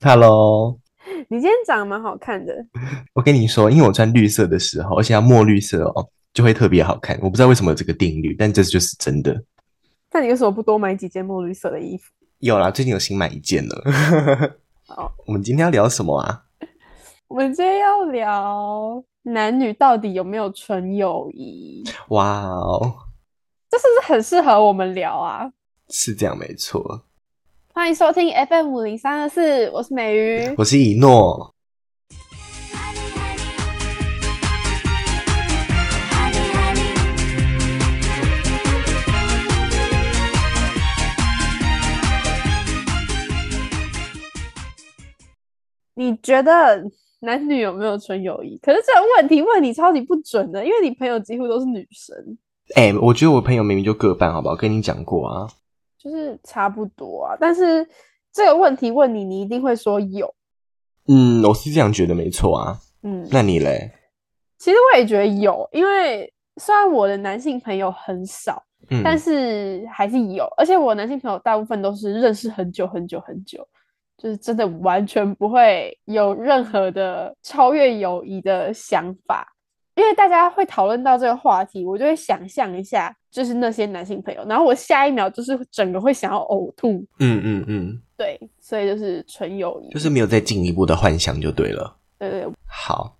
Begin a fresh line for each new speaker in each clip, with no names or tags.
Hello，
你今天长得蛮好看的，
我跟你说，因为我穿绿色的时候，而且要墨绿色哦，就会特别好看。我不知道为什么有这个定律，但这就是真的。
那你为什么不多买几件墨绿色的衣服？
有啦，最近有新买一件了。
好，
我们今天要聊什么啊？
我们今天要聊男女到底有没有纯友谊，
哇哦，
这是不是很适合我们聊啊？
是这样没错。
欢迎收听 FM 五零三二四，我是美鱼。
我是以诺，
你觉得男女有没有纯友谊？可是这个问题问你超级不准的，因为你朋友几乎都是女生，
哎、我觉得我朋友明明就各半，好不好？跟你讲过啊。
就是差不多啊。但是这个问题问你，你一定会说有。
嗯，我是这样觉得，没错啊。
嗯，
那你嘞？
其实我也觉得有，因为虽然我的男性朋友很少，
嗯，
但是还是有。而且我男性朋友大部分都是认识很久很久很久，就是真的完全不会有任何的超越友谊的想法。因为大家会讨论到这个话题，我就会想象一下，就是那些男性朋友，然后我下一秒就是整个会想要呕吐。
嗯嗯嗯，
对，所以就是纯友谊，
就是没有再进一步的幻想就对了。
对对
好，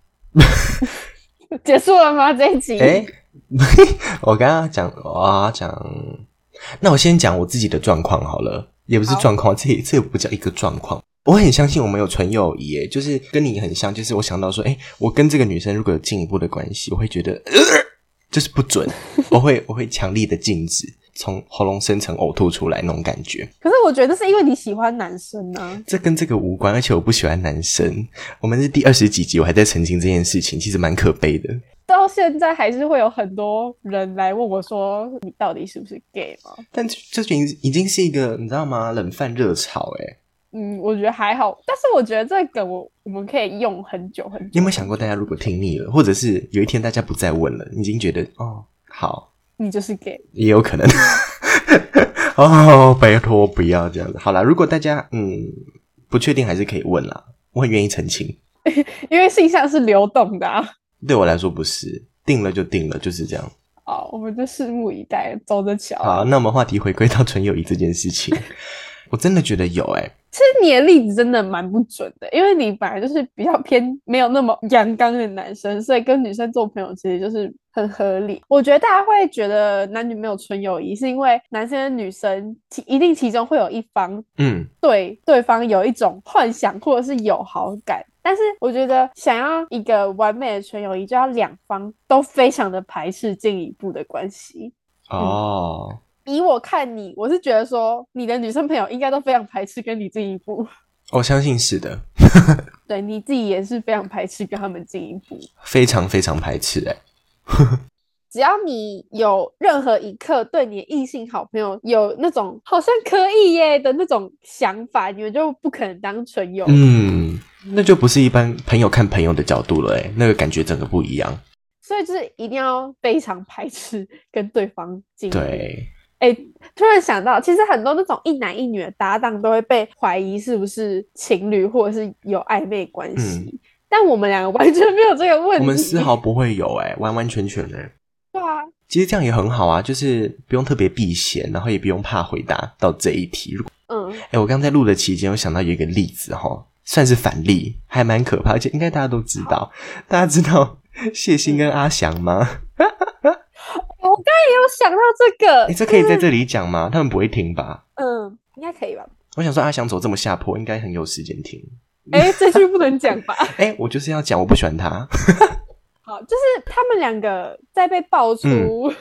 对， 结束了吗？这一集？
哎、我刚刚讲，我要讲，那我先讲我自己的状况好了，也不是
好
状况，这也这也不叫一个状况。我很相信我们有纯友谊，诶就是跟你很像，就是我想到说，哎、我跟这个女生如果有进一步的关系，我会觉得，呃、就是不准，我会我会强力的禁止，从喉咙深层呕吐出来那种感觉。
可是我觉得是因为你喜欢男生啊。
这跟这个无关，而且我不喜欢男生。我们是第二十几集，我还在澄清这件事情，其实蛮可悲的。
到现在还是会有很多人来问我说：“你到底是不是 gay 吗
但这这群已经是一个你知道吗？冷饭热炒哎、？”
嗯，我觉得还好，但是我觉得这个梗我我们可以用很久很
你
久。
有没有想过，大家如果听腻了，或者是有一天大家不再问了，你已经觉得哦好，
你就是 gay，
也有可能。 哦，拜托不要这样子。好啦，如果大家嗯不确定，还是可以问啦，我很愿意澄清。
因为性向是流动的啊。
对我来说不是，定了就定了，就是这样。
好，我们就拭目以待，走着瞧。
好，那我们话题回归到纯友谊这件事情， 我真的觉得有哎、
其实你的例子真的蛮不准的，因为你本来就是比较偏没有那么阳刚的男生，所以跟女生做朋友其实就是很合理。我觉得大家会觉得男女没有纯友谊，是因为男生跟女生其一定其中会有一方
嗯，
对对方有一种幻想或者是有好感。但是我觉得，想要一个完美的纯友谊，就要两方都非常的排斥进一步的关系。
哦，
以我看你，我是觉得说，你的女生朋友应该都非常排斥跟你进一步，
我相信是的，
对你自己也是非常排斥跟他们进一步。
非常非常排斥哎、
只要你有任何一刻对你的异性好朋友有那种好像可以耶的那种想法，你们就不可能当纯友。
嗯，那就不是一般朋友看朋友的角度了，哎，那个感觉整个不一样。
所以就是一定要非常排斥 跟对方进入。
对，
哎、突然想到，其实很多那种一男一女的搭档都会被怀疑是不是情侣或者是有暧昧关系，但我们两个完全没有这个问
嗯
题。
我们丝毫不会有，哎，完完全全的。
对啊，
其实这样也很好啊，就是不用特别避嫌，然后也不用怕回答到这一题。如果
嗯，
哎，我刚在录的期间，我想到有一个例子哈，算是反例，还蛮可怕，而且应该大家都知道。大家知道谢欣跟阿翔吗？
我刚才也有想到这个，
哎，这可以在这里讲吗？他们不会听吧？
嗯，应该可以吧？
我想说，阿翔走这么下坡，应该很有时间听。
哎、这句不能讲 吧？
哎，我就是要讲，我不喜欢他。
好，就是他们两个在被爆出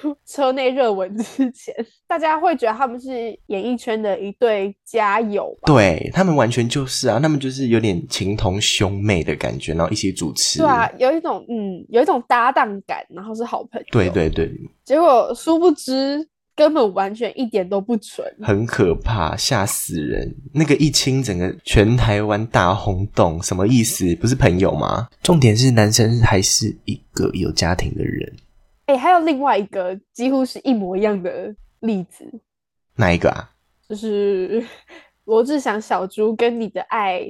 嗯
车内热吻之前，大家会觉得他们是演艺圈的一对家友吧？
对他们完全就是啊，他们就是有点情同兄妹的感觉，然后一起主持。
对啊，有一种嗯，有一种搭档感，然后是好朋友。
对对对，
结果殊不知根本完全一点都不纯。
很可怕，吓死人！那个一清，整个全台湾大轰动，什么意思？不是朋友吗？重点是男生还是一个有家庭的人，
哎、还有另外一个几乎是一模一样的例子，
哪一个啊？
就是罗志祥小猪跟你的爱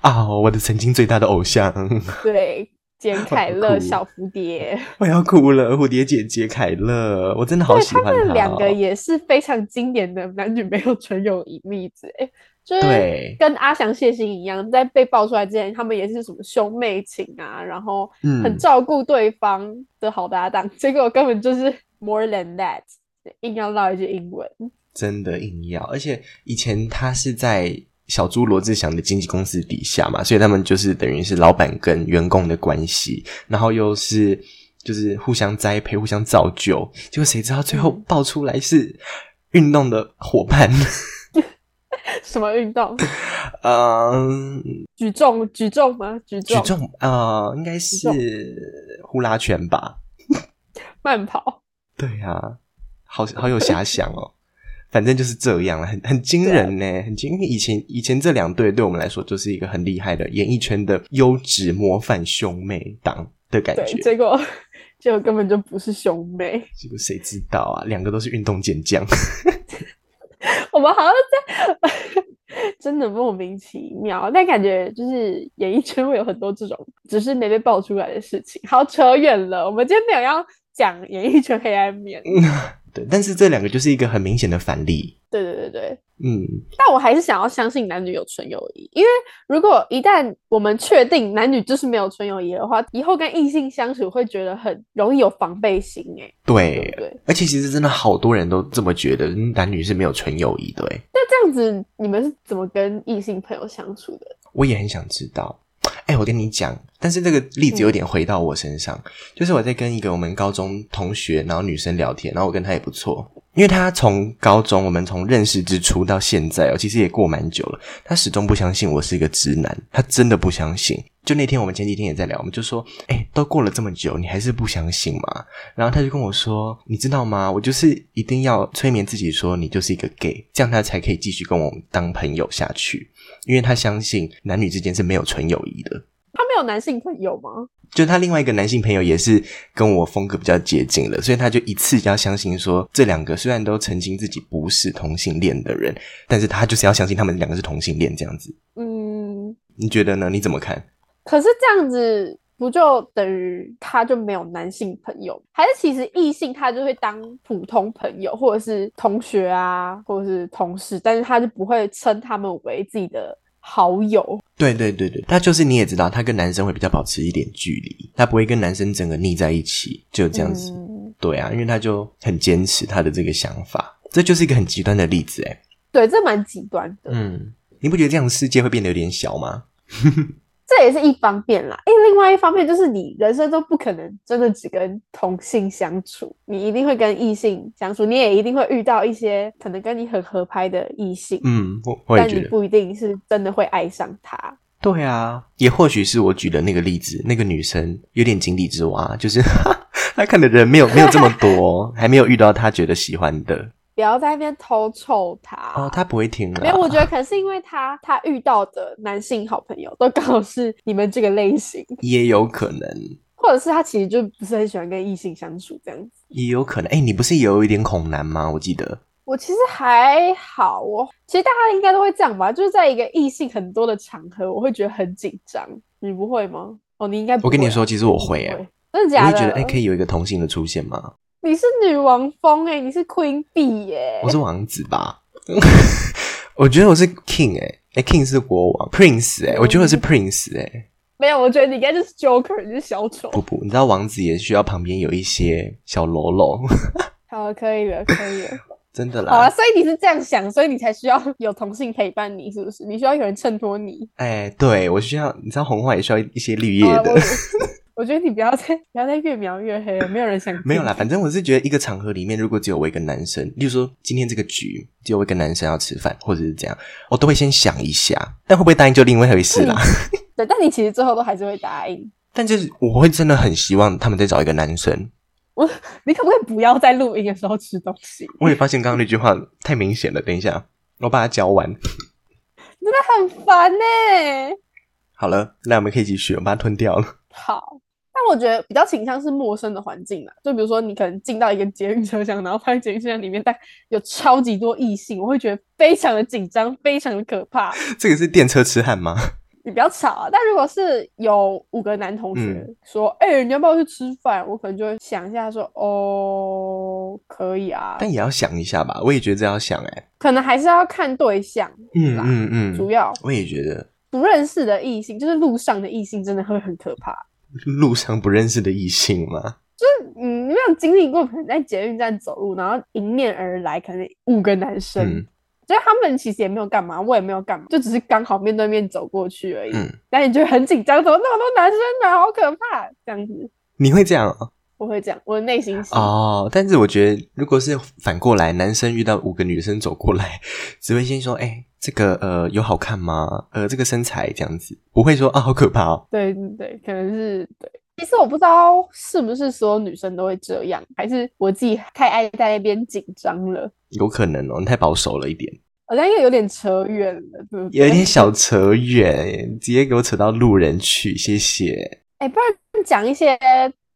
啊，我的曾经最大的偶像，
对，简凯
好
乐、
酷
小蝴蝶，
我要哭了，蝴蝶姐姐凯乐，我真的好
对
喜
他
欢
们两
哦
个也是非常经典的男女没有纯友谊例子，哎，就是
对，
跟阿翔、谢欣一样，在被爆出来之前，他们也是什么兄妹情啊，然后很
嗯，
照顾对方的好搭档，结果根本就是 more than that，硬要唠一句英文。
真的硬要，而且以前他是在小猪罗志祥的经纪公司底下嘛，所以他们就是等于是老板跟员工的关系，然后又是就是互相栽培、互相造就，结果谁知道最后
嗯
爆出来是运动的伙伴，
什么运动？
嗯，
举重？举重吗？举
举
重？
重呃，应该
重
是呼啦圈吧，
慢跑？
对啊，好好有遐想哦。反正就是这样了，很很惊人呢、很惊。因为以前以前这两队对我们来说就是一个很厉害的演艺圈的优质模范兄妹档的感
对，
觉，
结果 结果根本就不是兄妹。
结果谁知道啊？两个都是运动健将，
我们好像在， 真的莫名其妙。但感觉就是演艺圈会有很多这种只是没被爆出来的事情。好，扯远了，我们今天没有要讲演艺圈黑暗面。
对。但是这两个就是一个很明显的反例，
对对对对，
嗯，
但我还是想要相信男女有纯友谊，因为如果一旦我们确定男女就是没有纯友谊的话，以后跟异性相处会觉得很容易有防备心、欸，哎，对
对
不。对？
而且其实真的好多人都这么觉得，嗯男女是没有纯友谊的、欸。
那这样子你们是怎么跟异性朋友相处的？
我也很想知道。哎，我跟你讲，但是这个例子有点回到我身上，就是我在跟一个我们高中同学，然后女生聊天，然后我跟她也不错，因为她从高中我们从认识之初到现在哦，其实也过蛮久了，她始终不相信我是一个直男，她真的不相信。就那天我们前几天也在聊，我们就说，哎，都过了这么久，你还是不相信吗？然后她就跟我说，你知道吗？我就是一定要催眠自己说，你就是一个 gay，这样她才可以继续跟我们当朋友下去。因为他相信男女之间是没有纯友谊的。
他没有男性朋友吗？
就他另外一个男性朋友也是跟我风格比较接近的，所以他就一次要相信说，这两个虽然都曾经自己不是同性恋的人，但是他就是要相信他们两个是同性恋这样子。
嗯，
你觉得呢？你怎么看？
可是这样子不就等于他就没有男性朋友？还是其实异性他就会当普通朋友，或者是同学啊，或者是同事，但是他就不会称他们为自己的好友。
对对对对，他就是你也知道，他跟男生会比较保持一点距离，他不会跟男生整个腻在一起，就这样子。
嗯
对啊，因为他就很坚持他的这个想法，这就是一个很极端的例子哎。
对，这蛮极端的，
嗯，你不觉得这样的世界会变得有点小吗？
这也是一方面啦。诶，另外一方面就是你人生都不可能真的只跟同性相处，你一定会跟异性相处，你也一定会遇到一些可能跟你很合拍的异性，
嗯，我我也
但
觉
你
得。
不一定是真的会爱上他。
对啊，也或许是我举的那个例子，那个女生有点井底之蛙，就是 她看的人没有没有这么多，还没有遇到她觉得喜欢的。
不要在那边偷臭他。
哦，她不会听啦。
没有，我觉得可能是因为他他遇到的男性好朋友 都刚好是你们这个类型，
也有可能，
或者是他其实就不是很喜欢跟异性相处这样子。
也有可能。哎，你不是也有一点恐男吗？我记得。
我其实还好，我其实大家应该都会这样吧，就是在一个异性很多的场合，我会觉得很紧张。你不会吗？哦，你应该不会啊、
我跟你说，其实我
不
会哎、
真的
我
假
会
的？
觉得哎，可以有一个同性的出现吗？
你是女王风哎、你是 Queen B 耶、
我是王子 吧？我觉得我是 king 哎、哎 king 是国王，prince 哎、我觉得我是 prince 哎、
没有，我觉得你应该就是 Joker，你是小丑。
不不，你知道王子也需要旁边有一些小喽啰，
好了，可以了，可以了。
真的啦。
好了，啊所以你是这样想，所以你才需要有同性陪伴你，是不是？你需要有人衬托你。
哎，对我需要，你知道红花也需要一些绿叶
好了
的。
嗯哦我 我觉得你不要再不要再越描越黑了，没有人想。
没有啦，，反正我是觉得一个场合里面，如果只有我一个男生，例如说今天这个局只有我一个男生要吃饭，或者是这样，我都会先想一下，但会不会答应就另外一回事啦。
对，但你其实最后都还是会答应。
但就是我会真的很希望他们再找一个男生。
你可不可以不要在录音的时候吃东西？
我也发现刚刚那句话太明显了，等一下我把它教完。
很烦欸呢、
好了，那我们可以继续，我把它吞掉了。
好，但我觉得比较倾向是陌生的环境啦，就比如说你可能进到一个捷运车厢，然后发现捷运车厢里面但有超级多异性，我会觉得非常的紧张，非常的可怕。
这个是电车痴汉吗？
你不要吵啊。但如果是有五个男同学
嗯
说，哎、你要不要去吃饭？我可能就会想一下说，哦，可以啊，
但也要想一下吧，我也觉得这要想哎、
可能还是要看对象，
嗯
啦
嗯嗯，
主要
我也觉得
不认识的异性，就是路上的异性，真的会很可怕。
路上不认识的异性嘛，
嗯，没有经历过，可能在捷运站走路，然后迎面而来，可能五个男生，
嗯
就是他们其实也没有干嘛，我也没有干嘛，就只是刚好面对面走过去而已。
嗯，
但你就很紧张，怎么那么多男生呢、好可怕！这样子，
你会这样哦
我会这样，我的内心戏。
哦。但是我觉得，如果是反过来，男生遇到五个女生走过来， 只会先说：“哎、这个呃有好看吗？呃，这个身材这样子，不会说啊好可怕哦。
对对对，可能是对。其实我不知道是不是所有女生都会这样，还是我自己太爱在那边紧张了。”
有可能哦，你太保守了一点，
好像又有点扯远了，对不对？
有一点小扯远，直接给我扯到路人去，谢谢。
哎、不然讲一些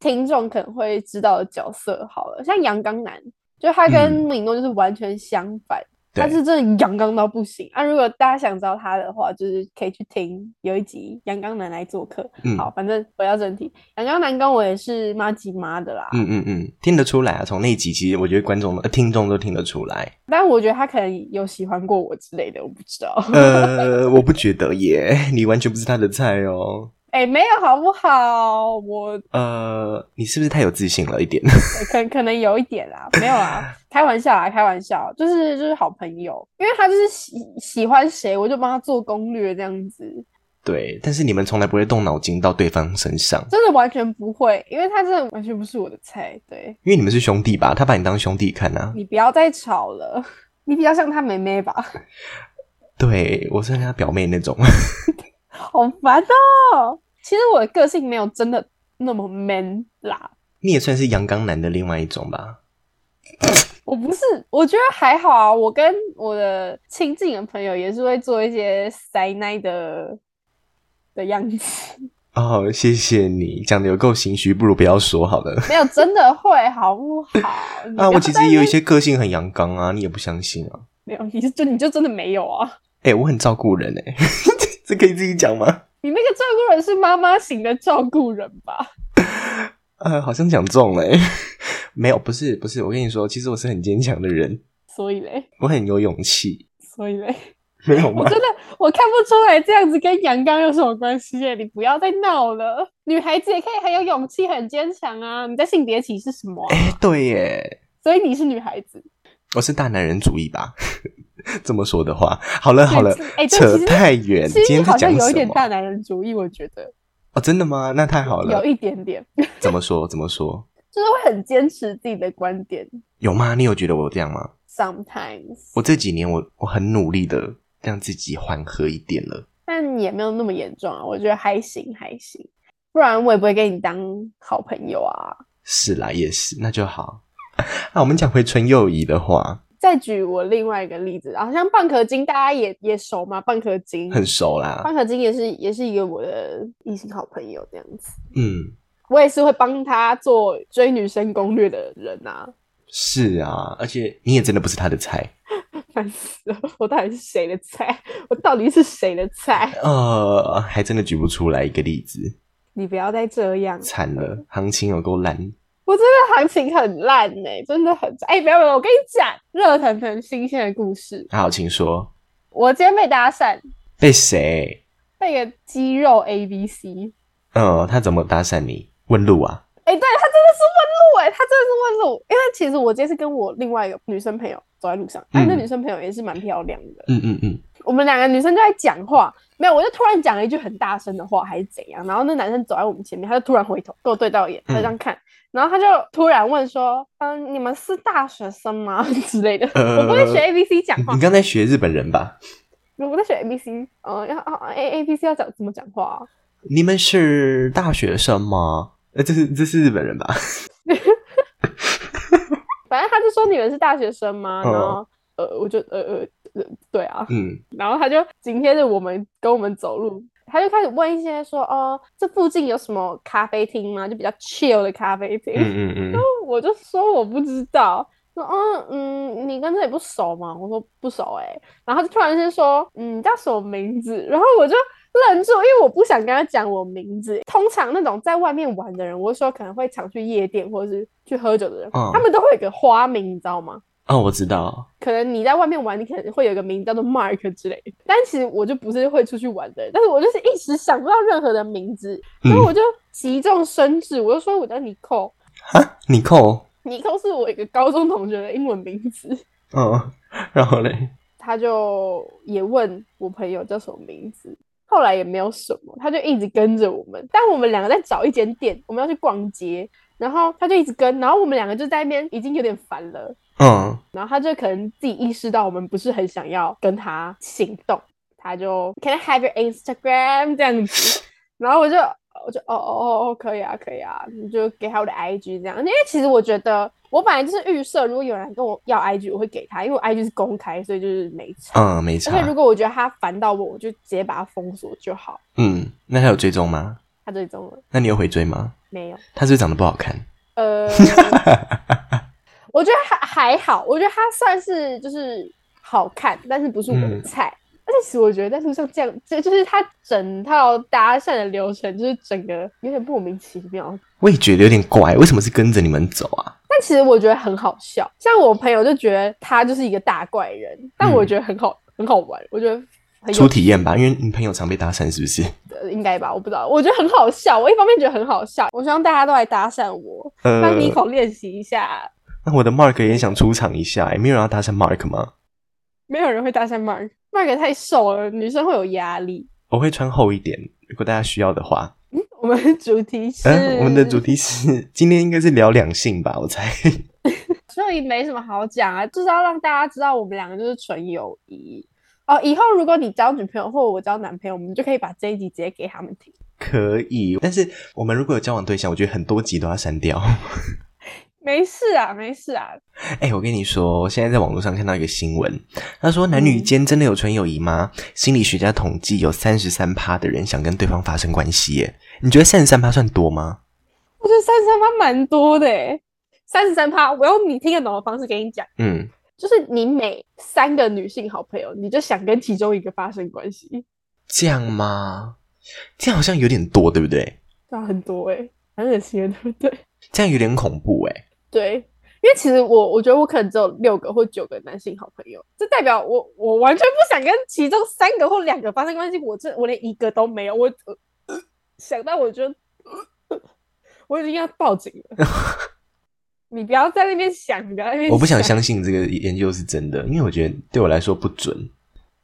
听众可能会知道的角色好了，像阳刚男，就他跟
嗯
米诺就是完全相反，
对
他是真的阳刚到不行。啊，如果大家想知道他的话，就是可以去听有一集阳刚男来做客。
嗯
好，反正回到正题，阳刚男跟我也是妈吉妈的啦，
嗯嗯嗯，听得出来啊。从那一集，其实我觉得观众、呃、听众都听得出 来。
但我觉得他可能有喜欢过我之类的，我不知道。
呃，我不觉得耶，你完全不是他的菜哦。
哎、没有好不好？我
呃，你是不是太有自信了一点？
对可可能有一点啦，没有啊，开玩笑啊，开玩笑，就是就是好朋友，因为他就是喜喜欢谁，我就帮他做攻略这样子，
对，但是你们从来不会动脑筋到对方身上，
真的完全不会，因为他真的完全不是我的菜。对
因为你们是兄弟吧？他把你当兄弟看啊。
你不要再吵了， 你比较像他妹妹吧，
对我是他表妹那种，
好烦哦。其实我的个性没有真的那么 man 啦，
你也算是阳刚男的另外一种吧？
我不是，我觉得还好啊。我跟我的亲近的朋友也是会做一些塞奶的的样子。
哦，谢谢你讲的有够心虚，不如不要说好了。
没有，真的会好不好？
啊，
你不要
我其
在
实
那
也有一
边
些个性很阳刚啊，你也不相信啊？
没有，你就就你就真的没有啊！
哎、我很照顾人哎、 这可以自己讲吗？
你那个照顾人是妈妈型的照顾人吧？
呃，好像讲中了、欸， 没有，不是不是，我跟你说，其实我是很坚强的人，
所以嘞，
我很有勇气，
所以嘞，
没有吗
我？真的我看不出来这样子跟阳刚有什么关系耶！你不要再闹了，女孩子也可以很有勇气、很坚强啊！你在性别歧视什么啊、
哎、对耶，
所以你是女孩子，
我哦是大男人主义吧？ 这么说的话，好了好了
对，哎对
扯
其实
太远，
其
今
实你
天
好
在讲
像有一
什
点大
么？
男人主义，我觉得
哦，真的吗？那太好
有
了。
一点点，
怎么说？怎么说？
就是会很坚持自己的观点。
有吗？你有觉得我有这样吗？
Sometimes，
我这几年我我很努力的让自己缓和一点了。
但也没有那么严重啊，我觉得还行还行，不然我也不会跟你当好朋友啊。
是啦，也是，那就好。 那、我们讲回纯友谊的话，
再举我另外一个例子，好像蚌壳精大家也也熟嘛，蚌壳精，
很熟啦。
蚌壳精也是也是一个我的异性好朋友这样子，
嗯，
我也是会帮他做追女生攻略的人啊，
是啊，而且你也真的不是他的菜。
烦死了，我到底是谁的菜？我到底是谁的菜？
呃，还真的举不出来一个例子，
你不要再这样，
惨了，行情有够烂。
我真的行情很烂呢、真的很哎、不要不要，我跟你讲，热腾腾新鲜的故事。
好，请说，
我今天被搭讪，
被谁？
被个肌肉 A B C。
嗯，他怎么搭讪你？问路啊？
哎、对他真的是问路哎、他真的是问路，因为其实我今天是跟我另外一个女生朋友走在路上，哎、
嗯
那女生朋友也是蛮漂亮的，
嗯嗯嗯，
我们两个女生就在讲话，没有，我就突然讲了一句很大声的话还是怎样，然后那男生走在我们前面，他就突然回头跟我对到眼，
嗯
他就这样看，然后他就突然问说，嗯，你们是大学生吗 之类的，
呃
我不会学 A B C 讲
你
话
你，刚才学日本人吧？
我在学 A B C，嗯，要啊 A A B C 要讲怎么讲话、啊？
你们是大学生吗？呃，这是这是日本人吧？
反正他就说你们是大学生吗？
嗯
然后呃，我就呃呃呃，对啊，
嗯，
然后他就紧贴着我们跟我们走路，他就开始问一些说哦，这附近有什么咖啡厅吗？就比较 chill 的咖啡厅。
嗯嗯嗯，
我就说我不知道。说嗯嗯，你跟这里欸不熟吗？我说不熟哎、然后他就突然间说，嗯，你叫什么名字？然后我就愣住，因为我不想跟他讲我名字。通常那种在外面玩的人，我说可能会常去夜店或者是去喝酒的人，
嗯
他们都会有个花名，你知道吗？
哦，我知道，
可能你在外面玩，你可能会有个名字叫做 Mark 之类的，但其实我就不是会出去玩的人，但是我就是一时想不到任何的名字，
嗯
所以我就急中生智，我就说我叫 Nicole，Nicole
哈，啊你扣，
是我一个高中同学的英文名字，
嗯，然后嘞，
他就也问我朋友叫什么名字，后来也没有什么，他就一直跟着我们，但我们两个在找一间店，我们要去逛街，然后他就一直跟，然后我们两个就在那边已经有点烦了，
嗯，
然后他就可能自己意识到我们不是很想要跟他行动，他就 Can I have your Instagram 这样子，然后我就我就哦哦哦哦，可以啊可以啊，你就给他我的 IG 这样，因为其实我觉得我本来就是预设，如果有人跟我要 IG，我会给他，因为我 IG 是公开，所以就是没差。
嗯，没
而且如
差，
果我觉得他烦到我，我就直接把他封锁就好。
嗯，那他有追踪吗？
他追踪了
那你有回追吗？
没有？
他是不是长得不好看？
呃，我觉得还还好，我觉得他算是就是好看，但是不是我的
嗯
菜。而且其实我觉得在路上这样，这就是他整套搭讪的流程，就是整个有点莫名其妙。
我也觉得有点怪，为什么是跟着你们走啊？
但其实我觉得很好笑，像我朋友就觉得他就是一个大怪人，但我觉得很好，很好玩，我觉得很
嗯
有
初体验吧，因为你朋友常被搭讪，是不是？
呃应该吧，我不知道，我觉得很好笑。我一方面觉得很好笑，我希望大家都来搭讪我，让
呃，
妮口练习一下。
那我的 Mark 也想出场一下、欸，没有人要搭讪 Mark 吗？
没有人会搭讪 Mark，Mark 太瘦了，女生会有压力。
我会穿厚一点，如果大家需要的话。
我们的主题是，
嗯、我们的主题是 今天应该是聊两性吧，我猜。
所以没什么好讲啊，就是要让大家知道我们两个就是纯友谊哦。以后如果你交女朋友或我交男朋友，我们就可以把这一集直接给他们听。
可以，但是我们如果有交往对象，我觉得很多集都要删掉。
没事啊，没事啊，
哎、我跟你说，我现在在网络上看到一个新闻，他说男女间真的有纯友谊吗？心理学家统计，有三十三趴的人想跟对方发生关系耶。你觉得三十三趴算多吗？
我觉得三十三趴蛮多的诶、三十三趴，我用你听得懂的方式给你讲，
嗯，
就是你每三个女性好朋友，你就想跟其中一个发生关系，
这样吗？这样好像有点多，对不对？
对啊，很多诶、很恶心的，对不对？
这样有点恐怖哎。
对，因为其实我我觉得我可能只有六个或九个男性好朋友，这代表我我完全不想跟其中三个或两个发生关系，我这我连一个都没有，我、呃 想到我就、呃我已经要报警 了。你不要在那边想，你不要在那边
我不想相信这个研究是真的，因为我觉得对我来说不准。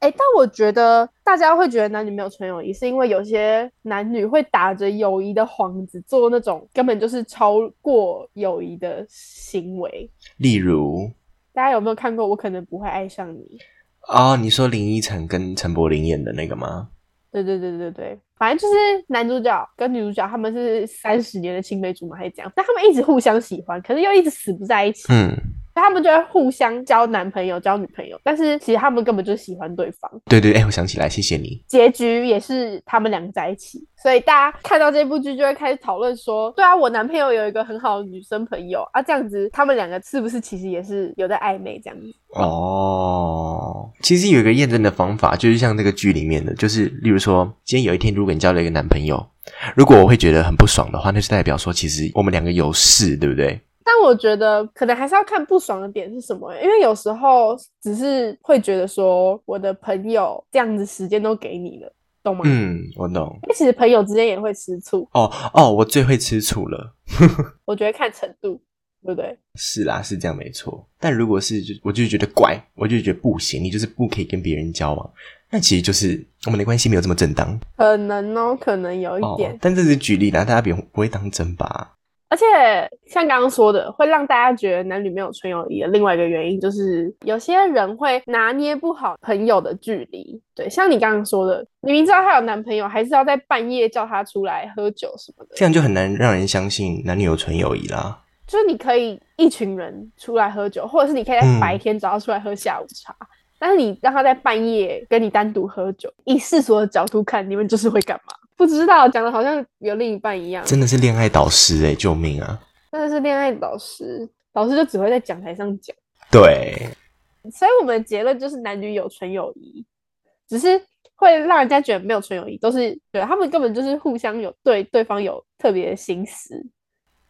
哎、但我觉得大家会觉得男女没有纯友谊，是因为有些男女会打着友谊的幌子做那种根本就是超过友谊的行为。
例如
大家有没有看过《我可能不会爱上你》？
啊、你说林依晨跟陈柏霖演的那个吗？
对对对对对，反正就是男主角跟女主角他们是三十年的青梅竹马还是怎样，但他们一直互相喜欢，可是又一直死不在一起，所以
嗯，
他们就会互相交男朋友、交女朋友，但是其实他们根本就喜欢对方，
对对，哎、我想起来，谢谢你。
结局也是他们两个在一起，所以大家看到这部剧就会开始讨论说，对啊，我男朋友有一个很好的女生朋友啊，这样子他们两个是不是其实也是有在暧昧这样子？
哦，其实有一个验证的方法，就是像这个剧里面的，就是例如说，今天有一天，如果你交了一个男朋友，如果我会觉得很不爽的话，那就代表说，其实我们两个有事，对不对？
但我觉得可能还是要看不爽的点是什么欸、因为有时候只是会觉得说我的朋友这样子时间都给你了，懂吗？因
嗯，我懂。
为其实朋友之间也会吃醋，
哦哦，我最会吃醋了。
我觉得看程度，对不对？
是啦，是这样没错。但如果是就我就觉得怪，我就觉得不行，你就是不可以跟别人交往。那其实就是我们的关系没有这么正当
可能哦，可能有一点，
哦。但这是举例啦，大家别不会当真吧？
而且像刚刚说的，会让大家觉得男女没有纯友谊的另外一个原因，就是有些人会拿捏不好朋友的距离。对，像你刚刚说的，你明知道她有男朋友，还是要在半夜叫她出来喝酒什么的，
这样就很难让人相信男女有纯友谊啦。
就是你可以一群人出来喝酒，或者是你可以在白天找他出来喝下午茶，但是你让他在半夜跟你单独喝酒，以世俗的角度看，你们就是会干嘛？不知道，讲的好像有另一半一样，
真的是恋爱导师哎、救命啊！
真的是恋爱导师，老师就只会在讲台上讲。
对，
所以我们的结论就是男女有纯友谊，只是会让人家觉得没有纯友谊，都是对他们根本就是互相有对对方有特别的心思。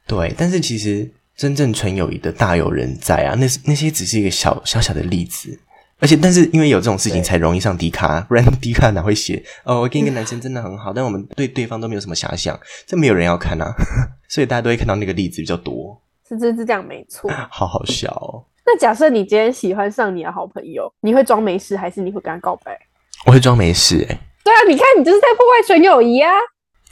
对，但是其实真正纯友谊的大有人在啊，那那些只是一个小小小的例子。而且，但是因为有这种事情，
对
才容易上迪卡，不然迪卡哪会写哦？我跟一个男生真的很好，但我们对对方都没有什么遐想，这没有人要看啊， 所以大家都会看到那个例子比较多，
是真是这样没错。
好好笑哦！
那假设你今天喜欢上你的好朋友，你会装没事，还是你会跟他告白？
我会装没事、欸，
对啊，你看你就是在破坏纯友谊啊！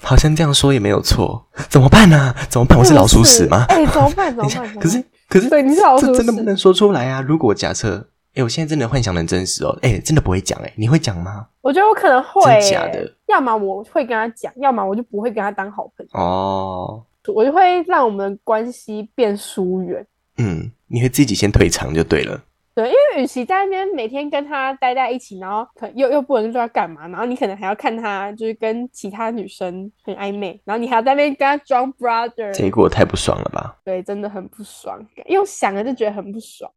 好像这样说也没有错，怎么办呢、怎么办？我是老鼠屎吗？
哎、怎么办？怎
等
么
一下
办？，
可是
怎么
可是，
对你是老鼠
这真的
屎
不能说出来啊！如果假设，哎，我现在真的幻想得很真实哦，哎，真的不会讲哎，你会讲吗？
办我觉得我可能会、欸，
真假的
要么我会跟他讲，要么我就不会跟他当好朋
哦，
友，我就会让我们的关系变疏远。
嗯，你会自己先退场就对了。
对，因为与其在那边每天跟他待在一起，然后可又又不能知道干嘛，然后你可能还要看他就是跟其他女生很暧昧，然后你还要在那边跟他装 brother，
结果太不爽了吧？
对，真的很不爽，用想了就觉得很不爽。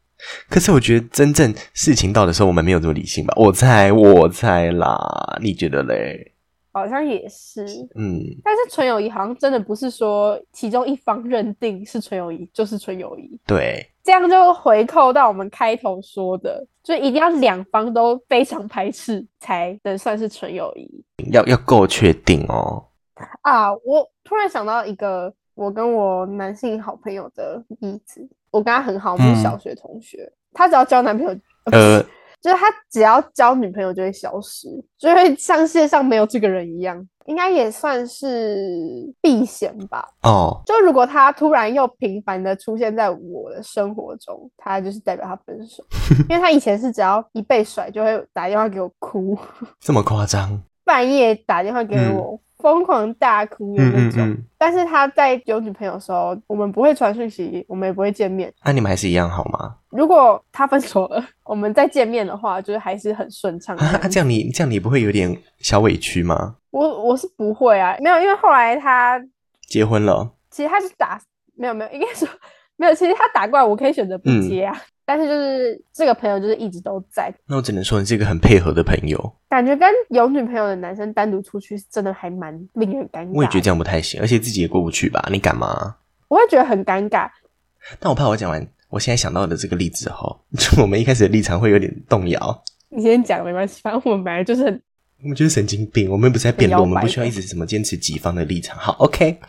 可是我觉得真正事情到的时候，我们没有这么理性吧？我猜，我猜啦，你觉得嘞？
好像也是，
嗯，
但是纯友谊好像真的不是说其中一方认定是纯友谊就是纯友谊，
对，
这样就回扣到我们开头说的，就一定要两方都非常排斥才能算是纯友谊。
要要够确定哦。
啊，我突然想到一个我跟我男性好朋友的例子，我跟他很好，我们
嗯
是小学同学。他只要交男朋友，呃不是
呃，
就是他只要交女朋友就会消失，就会像世界上没有这个人一样，应该也算是避嫌吧。
哦，
就如果他突然又频繁的出现在我的生活中，他就是代表他分 手，因为他以前是只要一被甩就会打电话给我哭，
这么夸张？
半夜打电话给
嗯
我疯狂大哭的
嗯
那
嗯
种。
嗯，
但是他在有女朋友的时候，我们不会传讯息，我们也不会见面。
啊那、你们还是一样好吗？
如果他分手了， 我们再见面的话，就是还是很顺畅的
啊，
样
啊
子。
这样你这样你不会有点小委屈吗？
我我是不会啊，没有，因为后来他
结婚了，
其实他是打没有没有，应该说 没有。其实他打过来，我可以选择不接啊。
嗯
但是就是这个朋友就是一直都在，
那我只能说你是一个很配合的朋友。
感觉跟有女朋友的男生单独出去，真的还蛮令人尴尬的。
我也觉得这样不太行，而且自己也过不去吧？你敢吗？
我会觉得很尴尬。
但我怕我讲完，我现在想到的这个例子哈， 就我们一开始的立场会有点动摇。
你先讲没关系，反正我们本来就是很
我们就是神经病，我们不是在辩论，
摇
我们
摆
不需要一直什么坚持己方的立场。好，OK，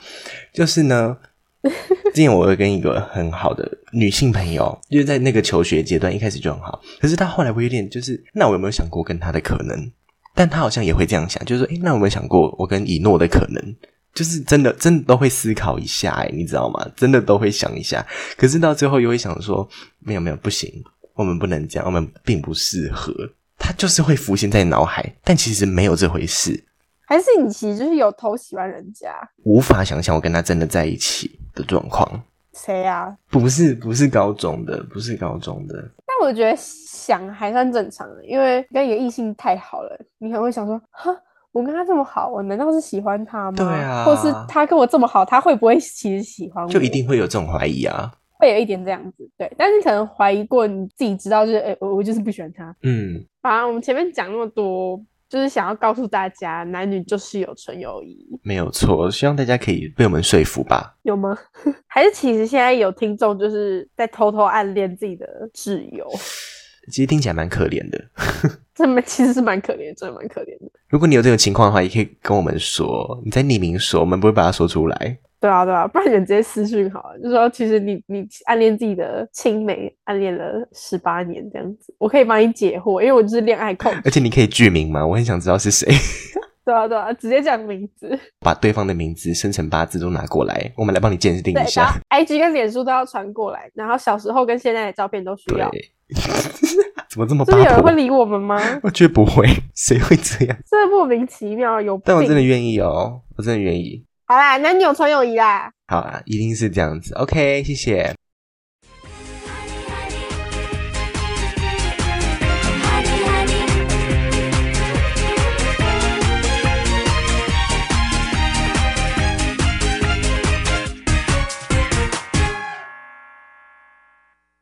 就是呢， 之前我有跟一个很好的女性朋友，就是在那个求学阶段一开始就很好，可是她后来我有点就是，那我有没有想过跟她的可能？但她好像也会这样想，就是说，诶，那我有没有想过我跟以诺的可能？就是真的，真的都会思考一下、诶你知道吗？真的都会想一下，可是到最后又会想说，没有没有，不行，我们不能这样，我们并不适合。它就是会浮现在脑海，但其实没有这回事，
还是你其实就是有偷喜欢人家。
无法想象我跟他真的在一起的状况。
谁啊？
不是，不是高中的，不是高中的，
但我觉得想还算正常的，因为跟一个异性太好了，你可能会想说，哈，我跟他这么好，我难道是喜欢他吗？
对啊
或是他跟我这么好，他会不会其实喜欢我？
就一定会有这种怀疑啊。
会有一点这样子，对。但是可能怀疑过，你自己知道，就是哎、我我就是不喜欢他。
嗯，
反正我们前面讲那么多，就是想要告诉大家，男女就是有纯友谊，
没有错，希望大家可以被我们说服吧。
有吗？ 还是其实现在有听众就是在偷偷暗恋自己的挚友，
其实听起来蛮可怜的。
这蛮其实是蛮可怜，真的蛮可怜的。
如果你有这个情况的话，也可以跟我们说，你在匿名说，我们不会把它说出来。
对啊，对啊， 不然你直接私讯好了，就说其实你你暗恋自己的青梅，暗恋了十八年这样子，我可以帮你解惑，因为我就是恋爱控。
而且你可以剧名吗？我很想知道是谁，
对啊，对啊，直接讲名字。
把对方的名字、生辰八字都拿过来，我们来帮你鉴定
对
一，
然
下
后。IG 跟脸书都要传过来，然后小时候跟现在的照片都需要。
对， 怎么这么
真的有
八
人
婆
会？理我们吗？
我觉得不会，谁会这样？
真的莫名其妙，有病。
但我真的愿意哦，我真的愿意。
好啦，男女有纯友谊啦。
好啊，一定是这样子。OK，谢谢，